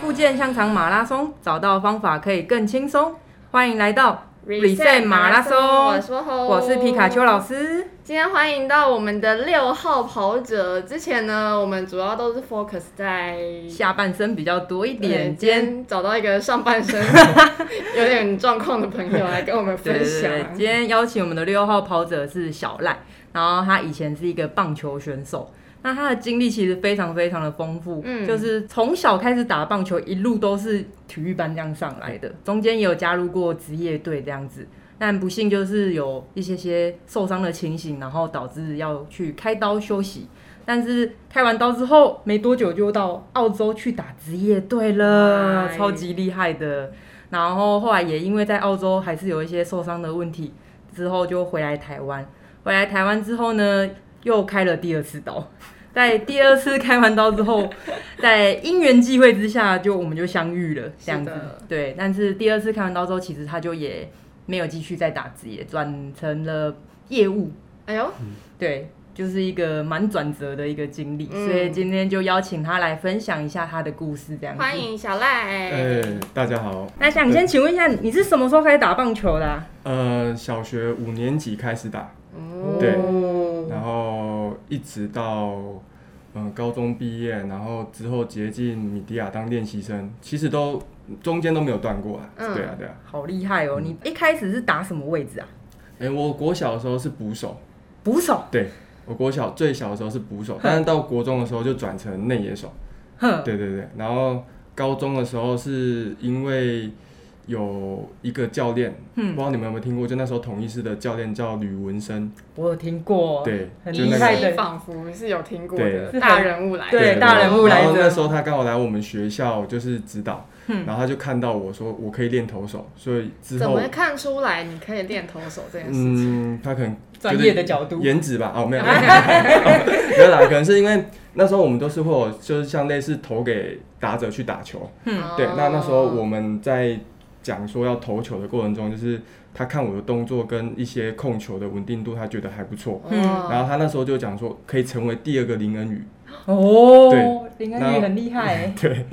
复健香肠马拉松，找到方法可以更轻松。欢迎来到 Reset 马拉松，我是吼，我是皮卡丘老。师。今天欢迎到我们的六号跑者。之前呢，我们主要都是 focus 在下半身比较多一对点，今今天嗯找到一个上 半身有点状况的朋友来跟我们天分享。今天邀请我们的六号跑者是小赖，然后他以前是一个棒球选手。那他的经历其实非常非常的丰富，嗯就是从小开始打棒球，一路都是体育班这样上来的，中间也有加入过职业队这样子，但不幸就是有一些些受伤的情形，然后导致要去开刀休息。但是开完刀之后没多久就到澳洲去打职业队了，哎超级厉害的。然后后来也因为在澳洲还是有一些受伤的问题，之后就回来台湾。回来台湾之后呢，又开了第二次刀。 在第二次开完刀之后， 在因缘际会之下，就我们就相遇了，这样子是的。对，但是第二次开完刀之后，其实他就也没有继续再打职业，转成了业务。哎呦，对，就是一个蛮转折的一个经历，嗯所以今天就邀请他来分享一下他的故事，这样子。欢。迎小赖。哎、大家好。那想先请问一下，你是什么时候开始打棒球的啊、呃，小学五年级开始打，哦对然后一直到嗯、高中毕业，然后之后接近米迪亚当练习生，其实都中间都没有断过啊。嗯对啊，对啊。好厉害哦！你一开始是打什么位置啊？哎、我国小的时候是捕手，捕手。对我国小最小的时候是捕手，但是到国中的时候就转成内野手。哼，对对对，然后高中的时候是因为有一个教练，嗯不知道你们有没有听过，就那时候统一师的教练叫吕文生，我有听过。对，很就厉那害个。的你仿佛是有听过对的大人物来的。对大人物来然后着那时候他刚好来我们学校就是指导，嗯然后他就看到我说我可以练投手，所以之怎后么看出来你可以练投手这件事情？嗯，他可能专业的角度。颜值吧，哦没 有，没有没有啦，可能是因为那时候我们都是会有就是像类似投给打者去打球，嗯对，那那时候我哦们在讲说要投球的过程中，就是他看我的动作跟一些控球的稳定度，他觉得还不错。嗯哦然后他那时候就讲说，可以成为第二个林恩宇。哦，林恩然宇后很厉害 欸。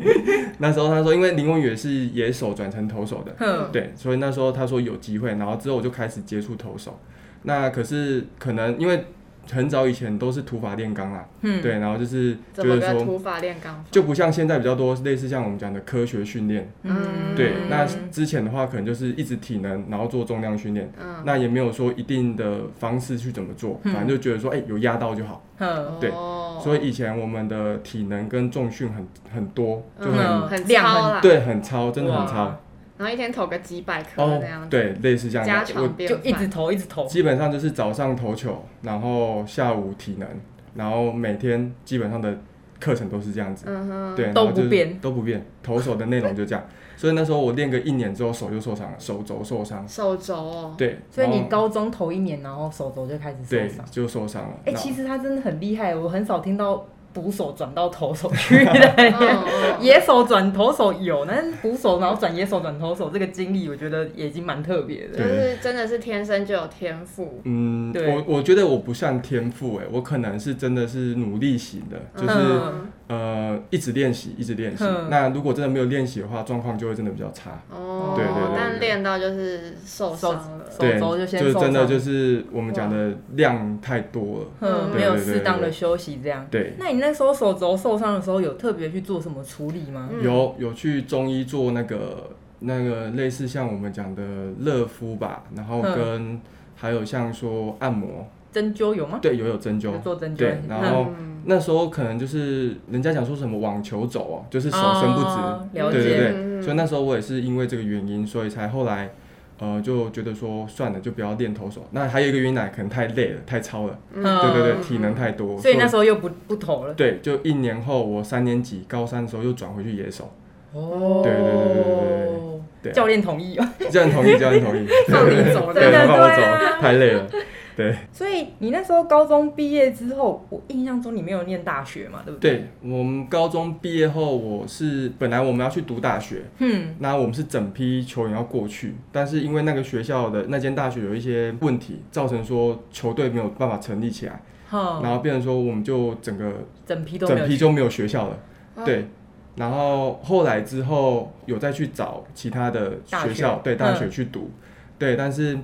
那时候他说，因为林恩宇也是野手转成投手 的，哼，对，所以那时候他说有机会，然后之后我就开始接触投手。那可是可能因为很早以前都是土法炼钢啦，嗯，对，然后就是觉怎么得个说，土法炼钢法？就不像现在比较多类似像我们讲的科学训练，嗯对，那之前的话可能就是一直体能，然后做重量训练，嗯，那也没有说一定的方式去怎么做，嗯反正就觉得说，哎、有压到就好。哼，对哦所以以前我们的体能跟重训很很多，就很、嗯很很量很超啦，对，很超，真的很哇啊超。然后一天投个几百颗那样子，哦对，类似这家样子。常我便就饭，一直投，一直投。基本上就是早上投球，然后下午体能，然后每天基本上的课程都是这样子。嗯哼，对，然都后不就是变都不变，投手的内容就这样。所以那时候我练个一年之后，手就受伤了，手肘受伤。手肘哦，对，所以然后你高中头一年，然后手肘就开始受对伤。就受伤了。哎，然后其实他真的很厉害，我很少听到捕手转到投手 去的。 嗯野手转投手有，但是捕手然后转野手转投手这个经历，我觉得也已经蛮特别嗯的就。是真的是天生就有天赋，嗯，对我我觉得我不算天赋哎，我可能是真的是努力型的，就是、嗯呃一直练习，一直练习嗯。那如果真的没有练习的话，状况就会真的比较差。哦，对对对对但练到就是受伤了，手对，肘就先是受真的伤就是我们讲的量太多了。嗯，嗯没有对对对适当的休息这样。对，那你那时候手肘受伤的时候，有特别去做什么处理吗？嗯有有去中医做那个那个类似像我们讲的热敷吧，然后嗯跟、还有像说按摩，针灸有吗？对，有有针灸有。做针灸。对然后嗯那时候可能就是人家讲说什么网球肘哦，就是手伸不直，哦了对对解。对，嗯所以那时候我也是因为这个原因，所以才后来，呃，就觉得说算了，就不要练投手。那还有一个原因呢，可能太累了，太超了，嗯嗯对对对，体能太多。哦所以那时候又不不投了。对，就一年后我三年级高三的时候又转回去 野手，哦对对对对对对对啊教练同意哦。这样同意，这样同意，放你走真的对，的，放我对啊走，太累了。对所以你那时候高中毕业之后，我印象中你没有念大学嘛，对不对？对，我们高中毕业后，我是本来我们要去读大学，嗯那我们是整批球员要过去，但是因为那个学校的那间大学有一些问题，造成说球队没有办法成立起来。好，然后变成说我们就整个哦整批都没整有批去。嗯就没有学校了，啊对。然后后来之后有再去找其他的大学学校，对大嗯学去读，对，但是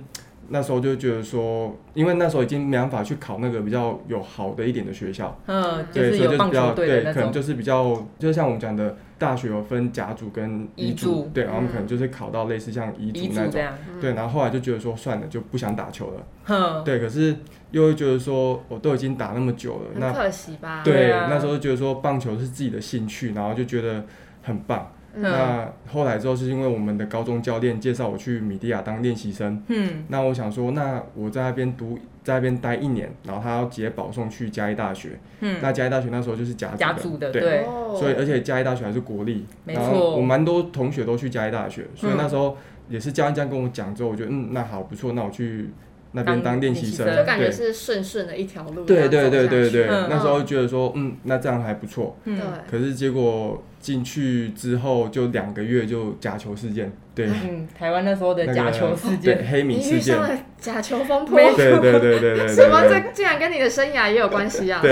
那时候就觉得说，因为那时候已经没办法去考那个比较有好的一点的学校，嗯，就对，是所以有就是棒比较球队对，的可那能种，就是比较，就像我们讲的，大学有分甲组跟乙乙组组，对，然后我们可能嗯就是考到类似像乙遗组那嘱这种，样，对，然后后来就觉得说算了，就不想打球了，哼，对，可是又会觉得说我都已经打那么久了，那很可惜吧？对对，啊那时候就觉得说棒球是自己的兴趣，然后就觉得很棒。嗯那后来之后是因为我们的高中教练介绍我去米蒂亚当练习生，嗯，那我想说，那我在那边读，在那边待一年，然后他要解保送去嘉义大学，嗯那嘉义大学那时候就是甲甲组组的，的，对。对，哦所以，而且嘉义大学还是国立，没然错后我蛮多同学都去嘉义大学，所以嗯那时候也是教练这样跟我讲之后，我觉得嗯，那好不错，那我去那边当当练练习习生，生就感觉对是顺顺的一条路这对样走下对去。对对对，嗯那时候觉得说，嗯，那这样还不错。嗯对可是结果进去之后就两个月就假球事件，对嗯，台湾那时候的那个假球事对件，黑名你事遇件上，了假球风波，没对对对对对对什么？对，这竟然跟你的生涯也有关系啊？对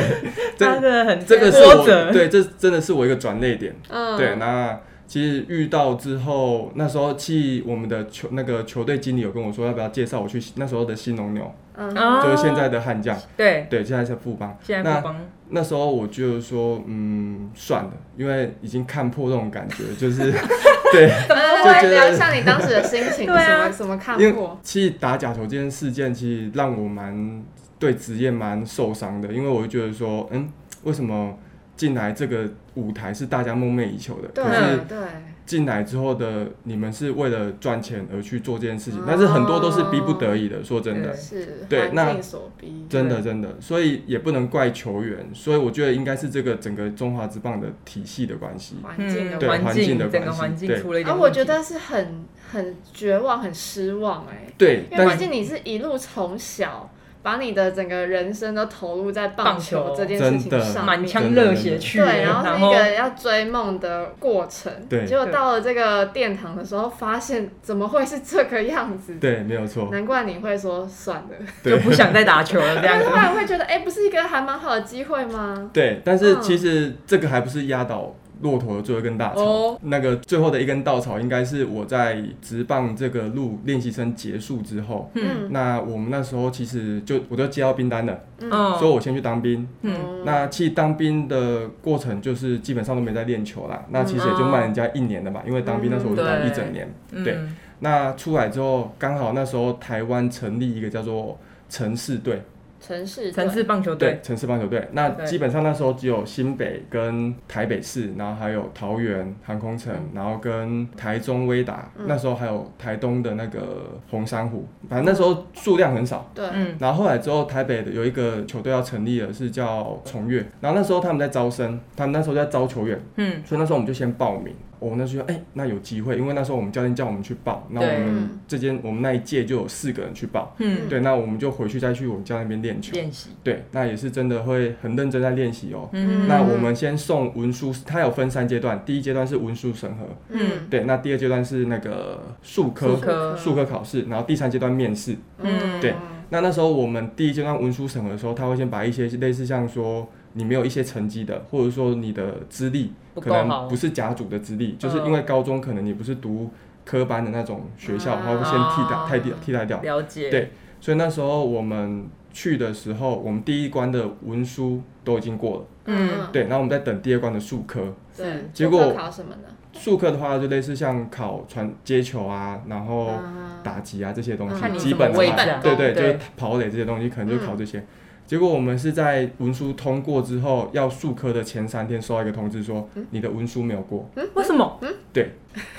真这的很这个是波我折，对这真的是我一个转捩点。嗯，对，那其实遇到之后，那时候去我们的球那个球队经理有跟我说，要不要介绍我去那时候的新农牛，嗯，啊就是现在的悍将，对，对，现在是富邦。现在那不帮，那时候我就说，嗯，算了，因为已经看破这种感觉，就是 怎么就觉会得聊一下你当时的心情？对什啊么什么看因为破？其实打假球这件事件，其实让我蛮对职业蛮受伤的，因为我就觉得说，嗯，为什么进来这个舞台是大家梦寐以求的，对可是对，进来之后的你们是为了赚钱而去做这件事情哦，但是很多都是逼不得已的，说真的对。是对那环境所逼。真的，真的，所以也不能怪球员，所以我觉得应该是这个整个中华职棒的体系的关系。环境嗯，的对关环环境境的整个关系环境对出了一系，啊，点，我觉，得是很很绝望、很失望哎、对，因为但毕是竟你是一路从小把你的整个人生都投入在棒棒球球这件事真情的上嗯满面，腔热血去，对，然然后是一个要追梦的过程。对结果到了这个殿堂的时候，发现怎么会是这个样子？对，没有错，难怪你会说算了，就不想再打球了这但样是子 后，来会觉得，哎、不是一个还蛮好的机会吗？对，但是嗯其实这个还不是压倒骆驼的最后一根大草，哦那个最后的一根稻草应该是我在职棒这个路练习生结束之后。嗯嗯那我们那时候其实就我就接到兵单了，嗯嗯，所以我先去当兵。嗯，哦那其实当兵的过程就是基本上都没在练球啦，那其实也就慢人家一年了嘛，因为当兵那时候我就当一整年。嗯对，那出来之后，刚好那时候台湾成立一个叫做城市队，城市城市棒球对队，，城市棒球队。那哦对基本上那时候只有新北跟台北市，然后还有桃园航空城，嗯然后跟台中威达，嗯那时候还有台东的那个红珊瑚，反正那时候数量很少。对，嗯然后后来之后，台北的有一个球队要成立了，是叫崇越。然后那时候他们在招生，他们那时候在招球员，嗯所以那时候我们就先报名。我那时候哎、那有机会，因为那时候我们教练叫我们去报，那我对们嗯这间我们那一届就有四个人去报。嗯，对，那我们就回去再去我们教练那边练球。练习，对，那也是真的会很认真在练习哦。嗯，那我们先送文书，它有分三阶段，第一阶段是文书审核，嗯对，那第二阶段是那个数科数科数科考试，然后第三阶段面试。嗯对那那时候我们第一阶段文书审核的时候，他会先把一些类似像说你没有一些成绩的，或者说你的资历不够可能好嗯不是甲组的资历，就是因为高中可能你不是读科班的那种学校，他会先替代啊替代替代掉。了解，对所以那时候我们去的时候，我们第一关的文书都已经过了，嗯对，然后我们在等第二关的数科。是。结果考什么呢？数科的话，就类似像考传接球啊，然后啊打击啊这些东西，哦看你基怎么本位的置嘛啊对对，就对是跑垒这些东西，可能就考这些。结果我们是在文书通过之后，要数科的前三天收到一个通知说，嗯你的文书没有过。为什么？对，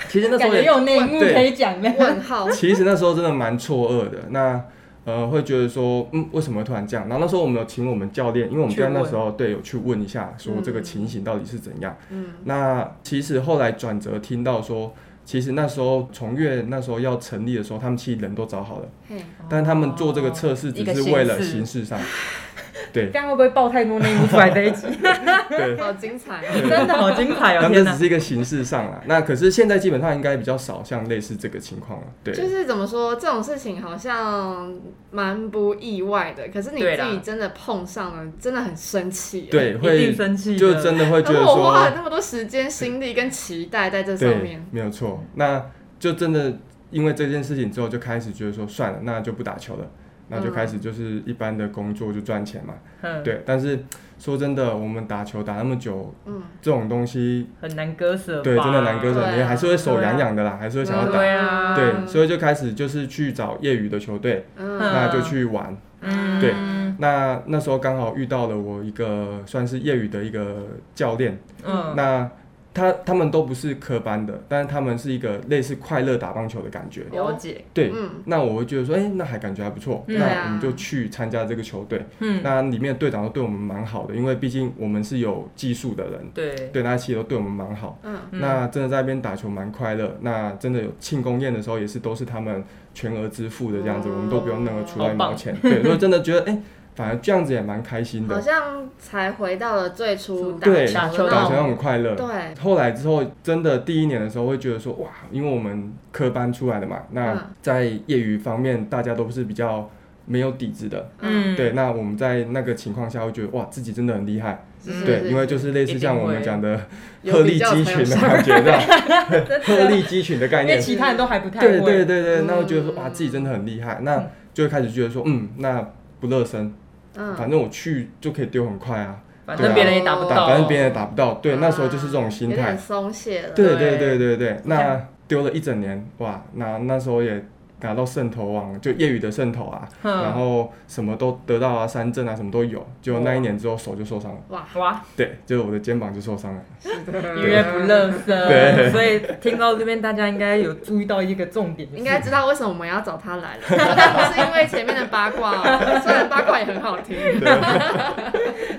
其实那时感候觉也，有内幕对可以讲呢。问号，其实那时候真的蛮错愕的。那呃，会觉得说，嗯，为什么会突然这样？然后那时候我们有请我们教练，因为我们去教练那问时候对有去问一下，说这个嗯情形到底是怎样。嗯，那其实后来转折听到说，其实那时候崇越那时候要成立的时候，他们其实人都找好了，嘿，但他们做这个测试只一个是形为了式形式上， 对 这样会不会爆太多内幕出来这一集？对，好精彩哦！真的好精彩哦！但天哪这 只，是一个形式上啦。那可是现在基本上应该比较少像类似这个情况了。对，就是怎么说，这种事情好像蛮不意外的，可是你对自啦己真的碰上了，真的很生气。，对，一定会生气的，就真的会觉而得 我花了说，那么多时间、心力跟期待在这上对面，，没有错。那就真的因为这件事情之后，就开始觉得说，算了，那就不打球了。那就嗯开始就是一般的工作就赚钱嘛，嗯，对。但是说真的，我们打球打那么久，嗯，这种东西，很难割舍吧，对，真的难割舍，对啊你还是会手痒痒的啦，还是会想要打。对啊，对，所以就开始就是去找业余的球队，嗯，那就去玩。嗯，对那那时候刚好遇到了我一个算是业余的一个教练，嗯，那他他们都不是科班的，但是他们是一个类似快乐打棒球的感觉。了解，对，嗯，那我会觉得说，哎、那还感觉还不错，嗯那我们就去参加这个球队。嗯，那里面的队长都对我们蛮好的，因为毕竟我们是有技术的人，对，对，那其实都对我们蛮好。嗯，嗯那真的在那边打球蛮快乐，那真的有庆功宴的时候也是都是他们全额支付的这样子，哦我们都不用那个出好来棒一毛钱，对，所以真的觉得哎、反而这样子也蛮开心好哦的，像才回到了最初打对球打打那球球种，很快乐。对，后来之后，真的第一年的时候会觉得说哇，因为我们科班出来的嘛，那嗯在业余方面大家都是比较没有底子的，嗯，嗯，对，那我们在那个情况下会觉得哇，自己真的很厉害，是是对，是因为就是类似像我一定们会讲的有鹤比立较鸡才有群的上 感觉，这样 鹤的立鸡群的概因念为，其他人都还不太对对会，对对，那我觉得说嗯哇，自己真的很厉害，那嗯就会开始觉得说，嗯，那不热身，嗯，反正我去就可以丢很快啊，反正别人也打不打到，反正别人也打不到，对，啊那时候就是这种心有点态，松懈了，对对对对对对，这那丢了一整年，哇，那那时候也。拿到胜投王，就业余的胜投啊，嗯然后什么都得到啊，三振啊，什么都有。就那一年之后手就受伤了，哇，哇，对，就是我的肩膀就受伤了。因为不热身，对所以听到这边大家应该有注意到一个重点，就是应该知道为什么我们要找他 来了，但不是因为前面的八卦哦，虽然八卦也很好听。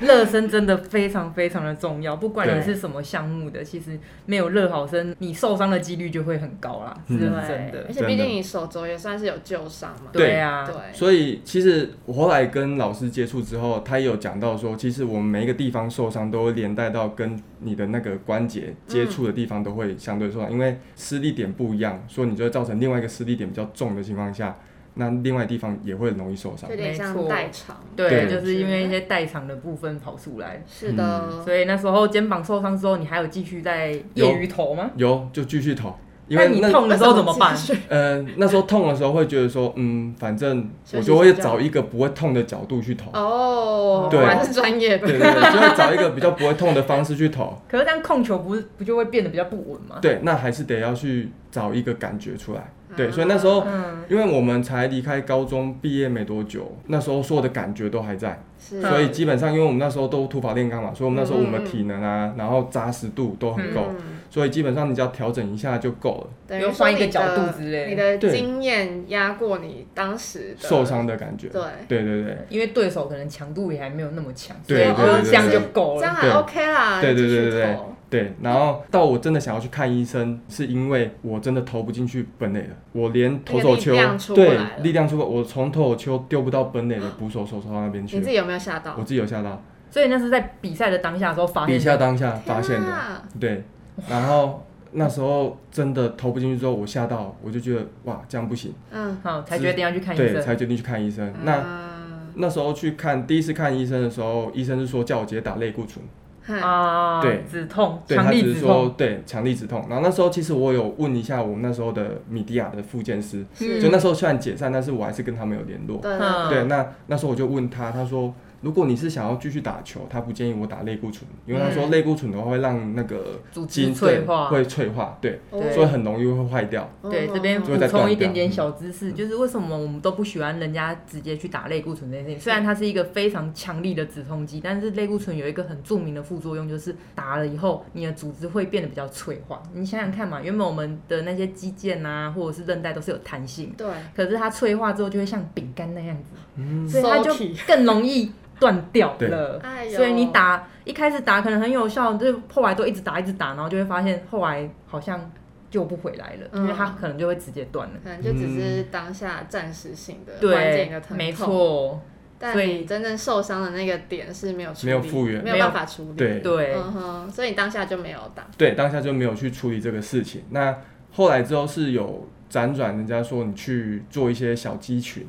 热身真的非常非常的重要，不管你对是什么项目的，其实没有热好身，你受伤的几率就会很高啦，是嗯认对真的而。且毕竟你手肘也算是有旧伤嘛。对对啊，对，所以其实我后来跟老师接触之后，他也有讲到说，其实我们每一个地方受伤都会连带到跟你的那个关节接触的地方都会相对受伤，因为施力点不一样，所以你就会造成另外一个施力点比较重的情况下，那另外地方也会容易受伤就有。点没像错代偿。对，对就是因为一些代偿的部分跑出来，是的，所以那时候肩膀受伤之后，你还有继续在业余投吗？有就继续投，因那为你那痛的时候怎么办为？什么继续？呃那时候痛的时候会觉得说，嗯，反正休息我就会睡觉找一个不会痛的角度去投，哦，对果然是专业的。对对对，就会找一个比较不会痛的方式去投。 可是这样控球不是不就会变得比较不稳吗？对，那还是得要去找一个感觉出来。啊对，所以那时候，嗯，因为我们才离开高中毕业没多久，那时候所有的感觉都还在，是，所以基本上，因为我们那时候都土法炼钢嘛，所以我们那时候嗯我们的体能啊，然后扎实度都很够，嗯所以基本上你只要调整一下就够了，等于有说换一个你的角度之类的你的对经验压过你当时的受伤。的感觉。对，对对对因为对手可能强度也还没有那么强，对所以对对哦对这样就够这了。样还对 OK 啦，对对继续对对对投对，然后到我真的想要去看医生，是因为我真的投不进去本垒了，我连投手球那个力量出不来对了力量出不来，我从投手球丢不到本垒的捕手手套那边去你自了，己有没有吓到我？自己有吓到。所以那是在比赛的当下的时候发比现，下当下发现天的，啊对。然后那时候真的投不进去之后，我吓到，我就觉得哇，这样不行，嗯，好才决定要去看医对，生。才决定去看医生。那啊那时候去看第一次看医生的时候，医生是说叫我直接打类固醇，嗨啊，对止痛，对强他力只止是痛说，对强力止痛。然后那时候其实我有问一下我们那时候的米迪亚的复健师，是就那时候虽然解散，但是我还是跟他们有联络。对嗯对，那那时候我就问他，他说如果你是想要继续打球，他不建议我打类固醇，因为他说嗯类固醇的话会让那个组织筋脆对化会脆化，对，哦对所以很容易会坏掉。对，这边就补会再断充掉嗯一点点小知识，就是为什么我们都不喜欢人家直接去打类固醇这件事情。虽然它是一个非常强力的止痛剂，但是类固醇有一个很著名的副作用，就是打了以后你的组织会变得比较脆化。你想想看嘛，原本我们的那些肌腱啊，或者是韧带都是有弹性，对，可是它脆化之后就会像饼干那样子，嗯，所以它就 Salty 更容易断掉了。哎呦，所以你打一开始打可能很有效，就后来都一直打一直打，然后就会发现后来好像救不回来了，嗯因为它可能就会直接断了。嗯可能就只是当下暂时性的缓解你对的，疼没痛。错，但所以你真正受伤的那个点是没有处理没有复原没有没有办法处理。对对，嗯哼，所以你当下就没有打。对，当下就没有去处理这个事情。那后来之后是有辗转，人家说你去做一些小肌群，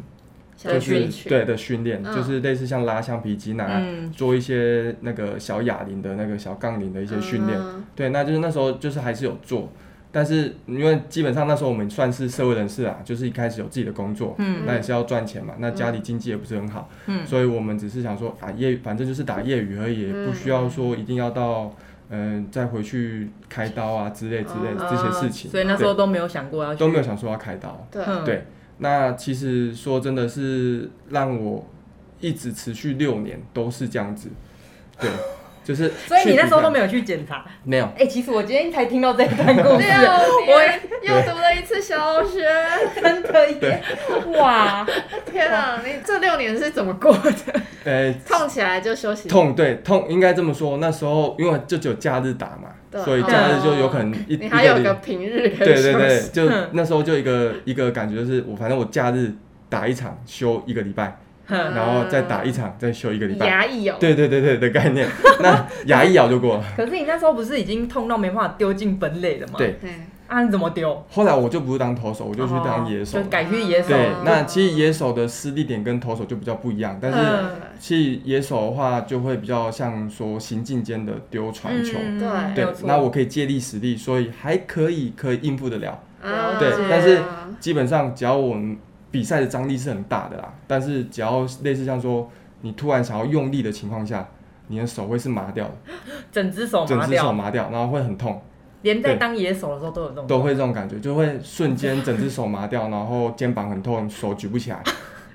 小就群是对的训练，嗯就是类似像拉橡皮筋啊，嗯，做一些那个小哑铃的那个小杠铃的一些训练。嗯对，那就是那时候就是还是有做，但是因为基本上那时候我们算是社会人士啊，就是一开始有自己的工作，嗯那也是要赚钱嘛，那家里经济也不是很好，嗯所以我们只是想说啊，业反正就是打业余而已，也不需嗯要说一定要到嗯、呃再回去开刀啊之类之类的这些事情，嗯啊所以那时候都没有想过要对去都没有想说要开刀。对，嗯对，那其实说真的是让我一直持续六年都是这样子，对，就是所以你去那时候比都赛没有去检查？没有。哎、其实我今天才听到这一段故事，六年啊又 对读了一次小学， 真的耶！哇，天 啊！你这六年是怎么 过的？呃，痛起来就休息，痛对痛，应该这么说。那时候因为就只有假日打对哦嘛，所以假日就有可能一、你一还有个个礼，平日可以对休息对对，就嗯那时候就一个一个感觉就是我反正我假日打一场休一个礼拜，哼然后再打一场再休一个礼拜，牙抑哦，对对对对的概念。那牙一咬就过了。可是你那时候不是已经痛到没办法丢进本垒了吗？对，嗯，啊，你怎么丢？哦后来我就不是当投手，我就去当野手。就改去野手。嗯对哦，那其实野手的失力点跟投手就比较不一样，但是嗯其实野手的话就会比较像说行进间的丢传球。嗯对没对有，错那我可以借力使力，所以还可以可以应付得了。啊对但是基本上只要我们比赛的张力是很大的啦，但是只要类似像说你突然想要用力的情况下，你的手会是麻掉的，整只手整哦麻只手掉，麻掉，然后会很痛，连在对当野手的时候都有这种。都会这种感觉，就会瞬间整只手麻 掉，然后肩膀很痛，手举不起来。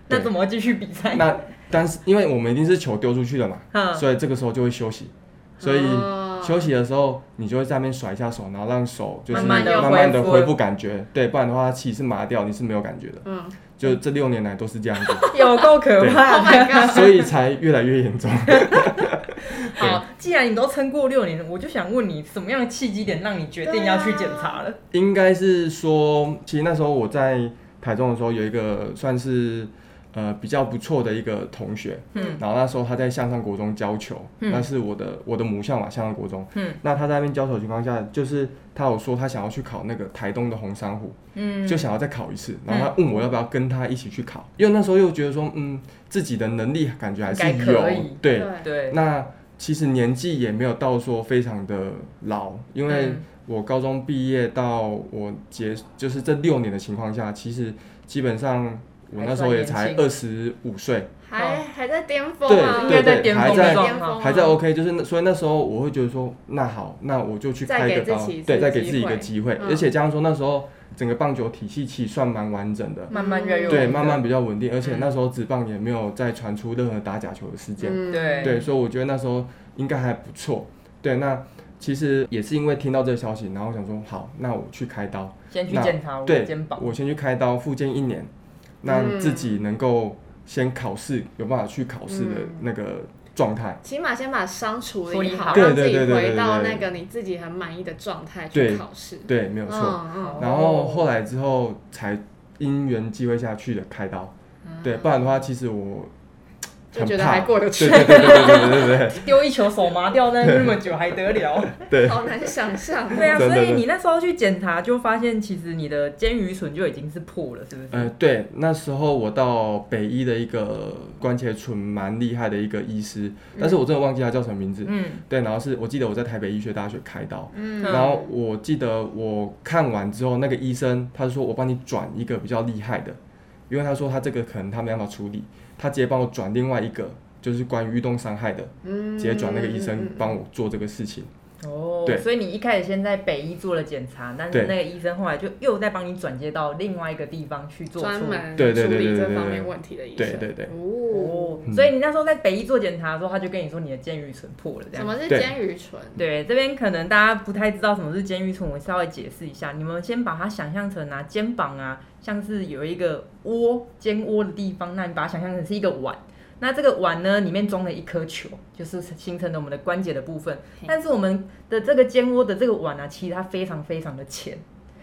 那对怎么继续比赛？那但是因为我们一定是球丢出去了嘛，嗯所以这个时候就会休息，所以。休息的时候，你就会在那边甩一下手，然后让手就是慢慢地慢慢的恢复恢复感觉，对，不然的话它其实是麻掉，你是没有感觉的。嗯就这六年来都是这 样子，有够可怕，Oh 的。 my god，所以才越来越严重。好，既然你都撑过六年，我就想问你，什么样的契机点让你决定要去检查了？应该是说，其实那时候我在台中的时候，有一个算是呃比较不错的一个同学，嗯然后那时候他在向上国中教球，嗯那是我的我的母校嘛，向上国中。嗯那他在那边教球的情况下，就是他有说他想要去考那个台东的红珊瑚，嗯，就想要再考一次，然后他问我要不要跟他一起去考，因为那时候又觉得说，嗯，自己的能力感觉还是应该有可以，对。对，那其实年纪也没有到说非常的老，因为嗯我高中毕业到我结就是这六年的情况下，其实基本上我那时候也才还算二十五岁，还还在巅峰对啊，应该在巅峰的还在状况。还嗯哦在 OK，就是那所以那时候我会觉得说，那好，那我就去开一个再给刀自己一次，对，再给机自己一会个机会，嗯而且加上说那时候整个棒球体系其实算蛮完整的。慢慢越来越对，稳慢定慢比较稳定，而且嗯那时候职棒也没有再传出任何打假球的事件，嗯对对，所以我觉得那时候应该还不错。对，那其实也是因为听到这个消息，然后我想说好，那我去开刀，先去那检查我的对肩膀。我先去开刀复健一年，嗯让自己能够先考试，有办法去考试的嗯那个状态。起码先把伤处理好，处理让好自己对对对对对回到对那个你自己很满意的状态去对考试。对，没有错。嗯然后后来之后才因缘际会下去的开刀，对，不然的话其实我嗯就很觉得怕还过得去对对对对对对对对丢一球手麻掉那那么久还得了？对嗯，好难想象哦。 对啊， 真的所以真的你那时候去检查，就发现其实你的肩盂唇就已经是破了，是不是？呃，对，那时候我到北医的一个关节唇蛮厉害的一个医师，但是我真的忘记他叫什么名字。嗯对，然后是我记得我在台北医学大学开刀，嗯然后我记得我看完之后，那个医生他就说我帮你转一个比较厉害的，因为他说他这个可能他没办法处理，他直接帮我转另外一个，就是关于运动伤害的，嗯直接转那个医嗯生帮我做这个事情。哦，对所以你一开始先在北医做了检查，但是对那个医生后来就又再帮你转接到另外一个地方去做专处理。门对对处对理对这对方对面问题的医对生。对对，哦，，哦所以你那时候在北医做检查的时候，他就跟你说你的肩盂唇破了，这样。什么是对尖盂唇？对，这边可能大家不太知道什么是肩盂唇，我稍微解释一下。你们先把它想象成啊，肩膀啊，像是有一个窝，肩窝的地方，那你把它想象成是一个碗。那这个碗呢，里面装了一颗球，就是形成了我们的关节的部分嘿。但是我们的这个肩窝的这个碗啊，其实它非常非常的浅，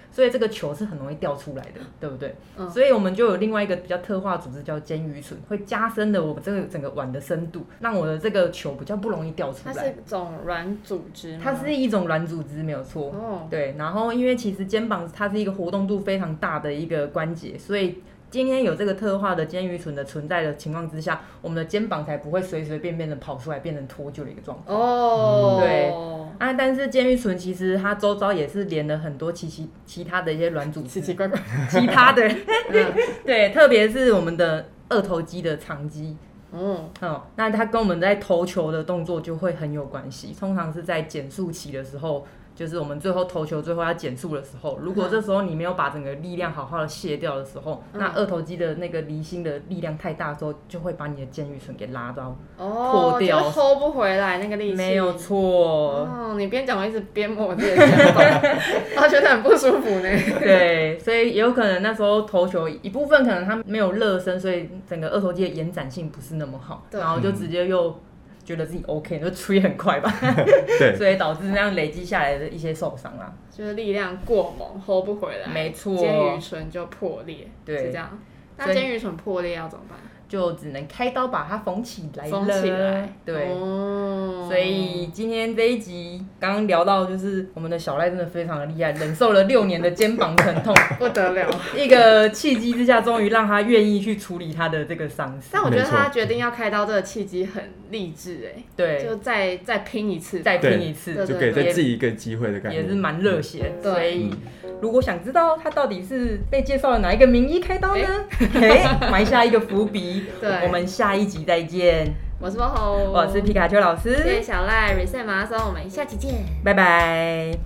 所以这个球是很容易掉出来的，对不对？嗯所以我们就有另外一个比较特化组织叫尖鱼醇，会加深了我们这个整个碗的深度，让我的这个球比较不容易掉出它来是。种软组织吗，它是一种软组织，没有错。哦，对，然后因为其实肩膀它是一个活动度非常大的一个关节，所以今天有这个特化的肩盂唇的存在的情况之下，我们的肩膀才不会随随便便的跑出来变成脱臼的一个状况。哦，对啊，但是肩盂唇其实它周遭也是连了很多其其其他的一些软组织，奇奇怪怪，其他的嗯对，特别是我们的二头肌的长肌，嗯，哦，那它跟我们在投球的动作就会很有关系。通常是在减速期的时候，就是我们最后投球最后要减速的时候，如果这时候你没有把整个力量好好的卸掉的时候，嗯那二头肌的那个离心的力量太大的时候，就会把你的肩盂唇给拉到。哦，破掉就是 hold 不回来那个力气，没有错，哦，你边讲我一直边摸我自己的 肩膀，我觉得很不舒服呢。对，所以也有可能那时候投球一部分可能他没有热身，所以整个二头肌的延展性不是那么好，对然后就直接又觉得自己 OK，就吹很快吧，对， 所以导致那样累积下来的一些受伤啦。就是力量过猛，hold 不回来，没错肩盂唇就破裂，对是这样。那所以肩盂唇破裂要怎么办？就只能开刀把它缝起来了缝起来，对，哦所以今天这一集刚刚聊到，就是我们的小赖真的非常的厉害，忍受了六年的肩膀疼 痛，不得了。一个契机之下，终于让他愿意去处理他的这个伤势但。我觉得没错他决定要开刀这个契机很励志哎，对就，再再拼一次，再拼对一次对就给对再自己一个机会的概也念，是蛮热血。对所以如果想知道他到底是被介绍了哪一个名医开刀呢？嘿，埋下一个伏笔。 对我们下一集再见。我是 m o 我是皮卡丘老谢谢师，小赖 reset 马拉松，我们下期见。拜拜。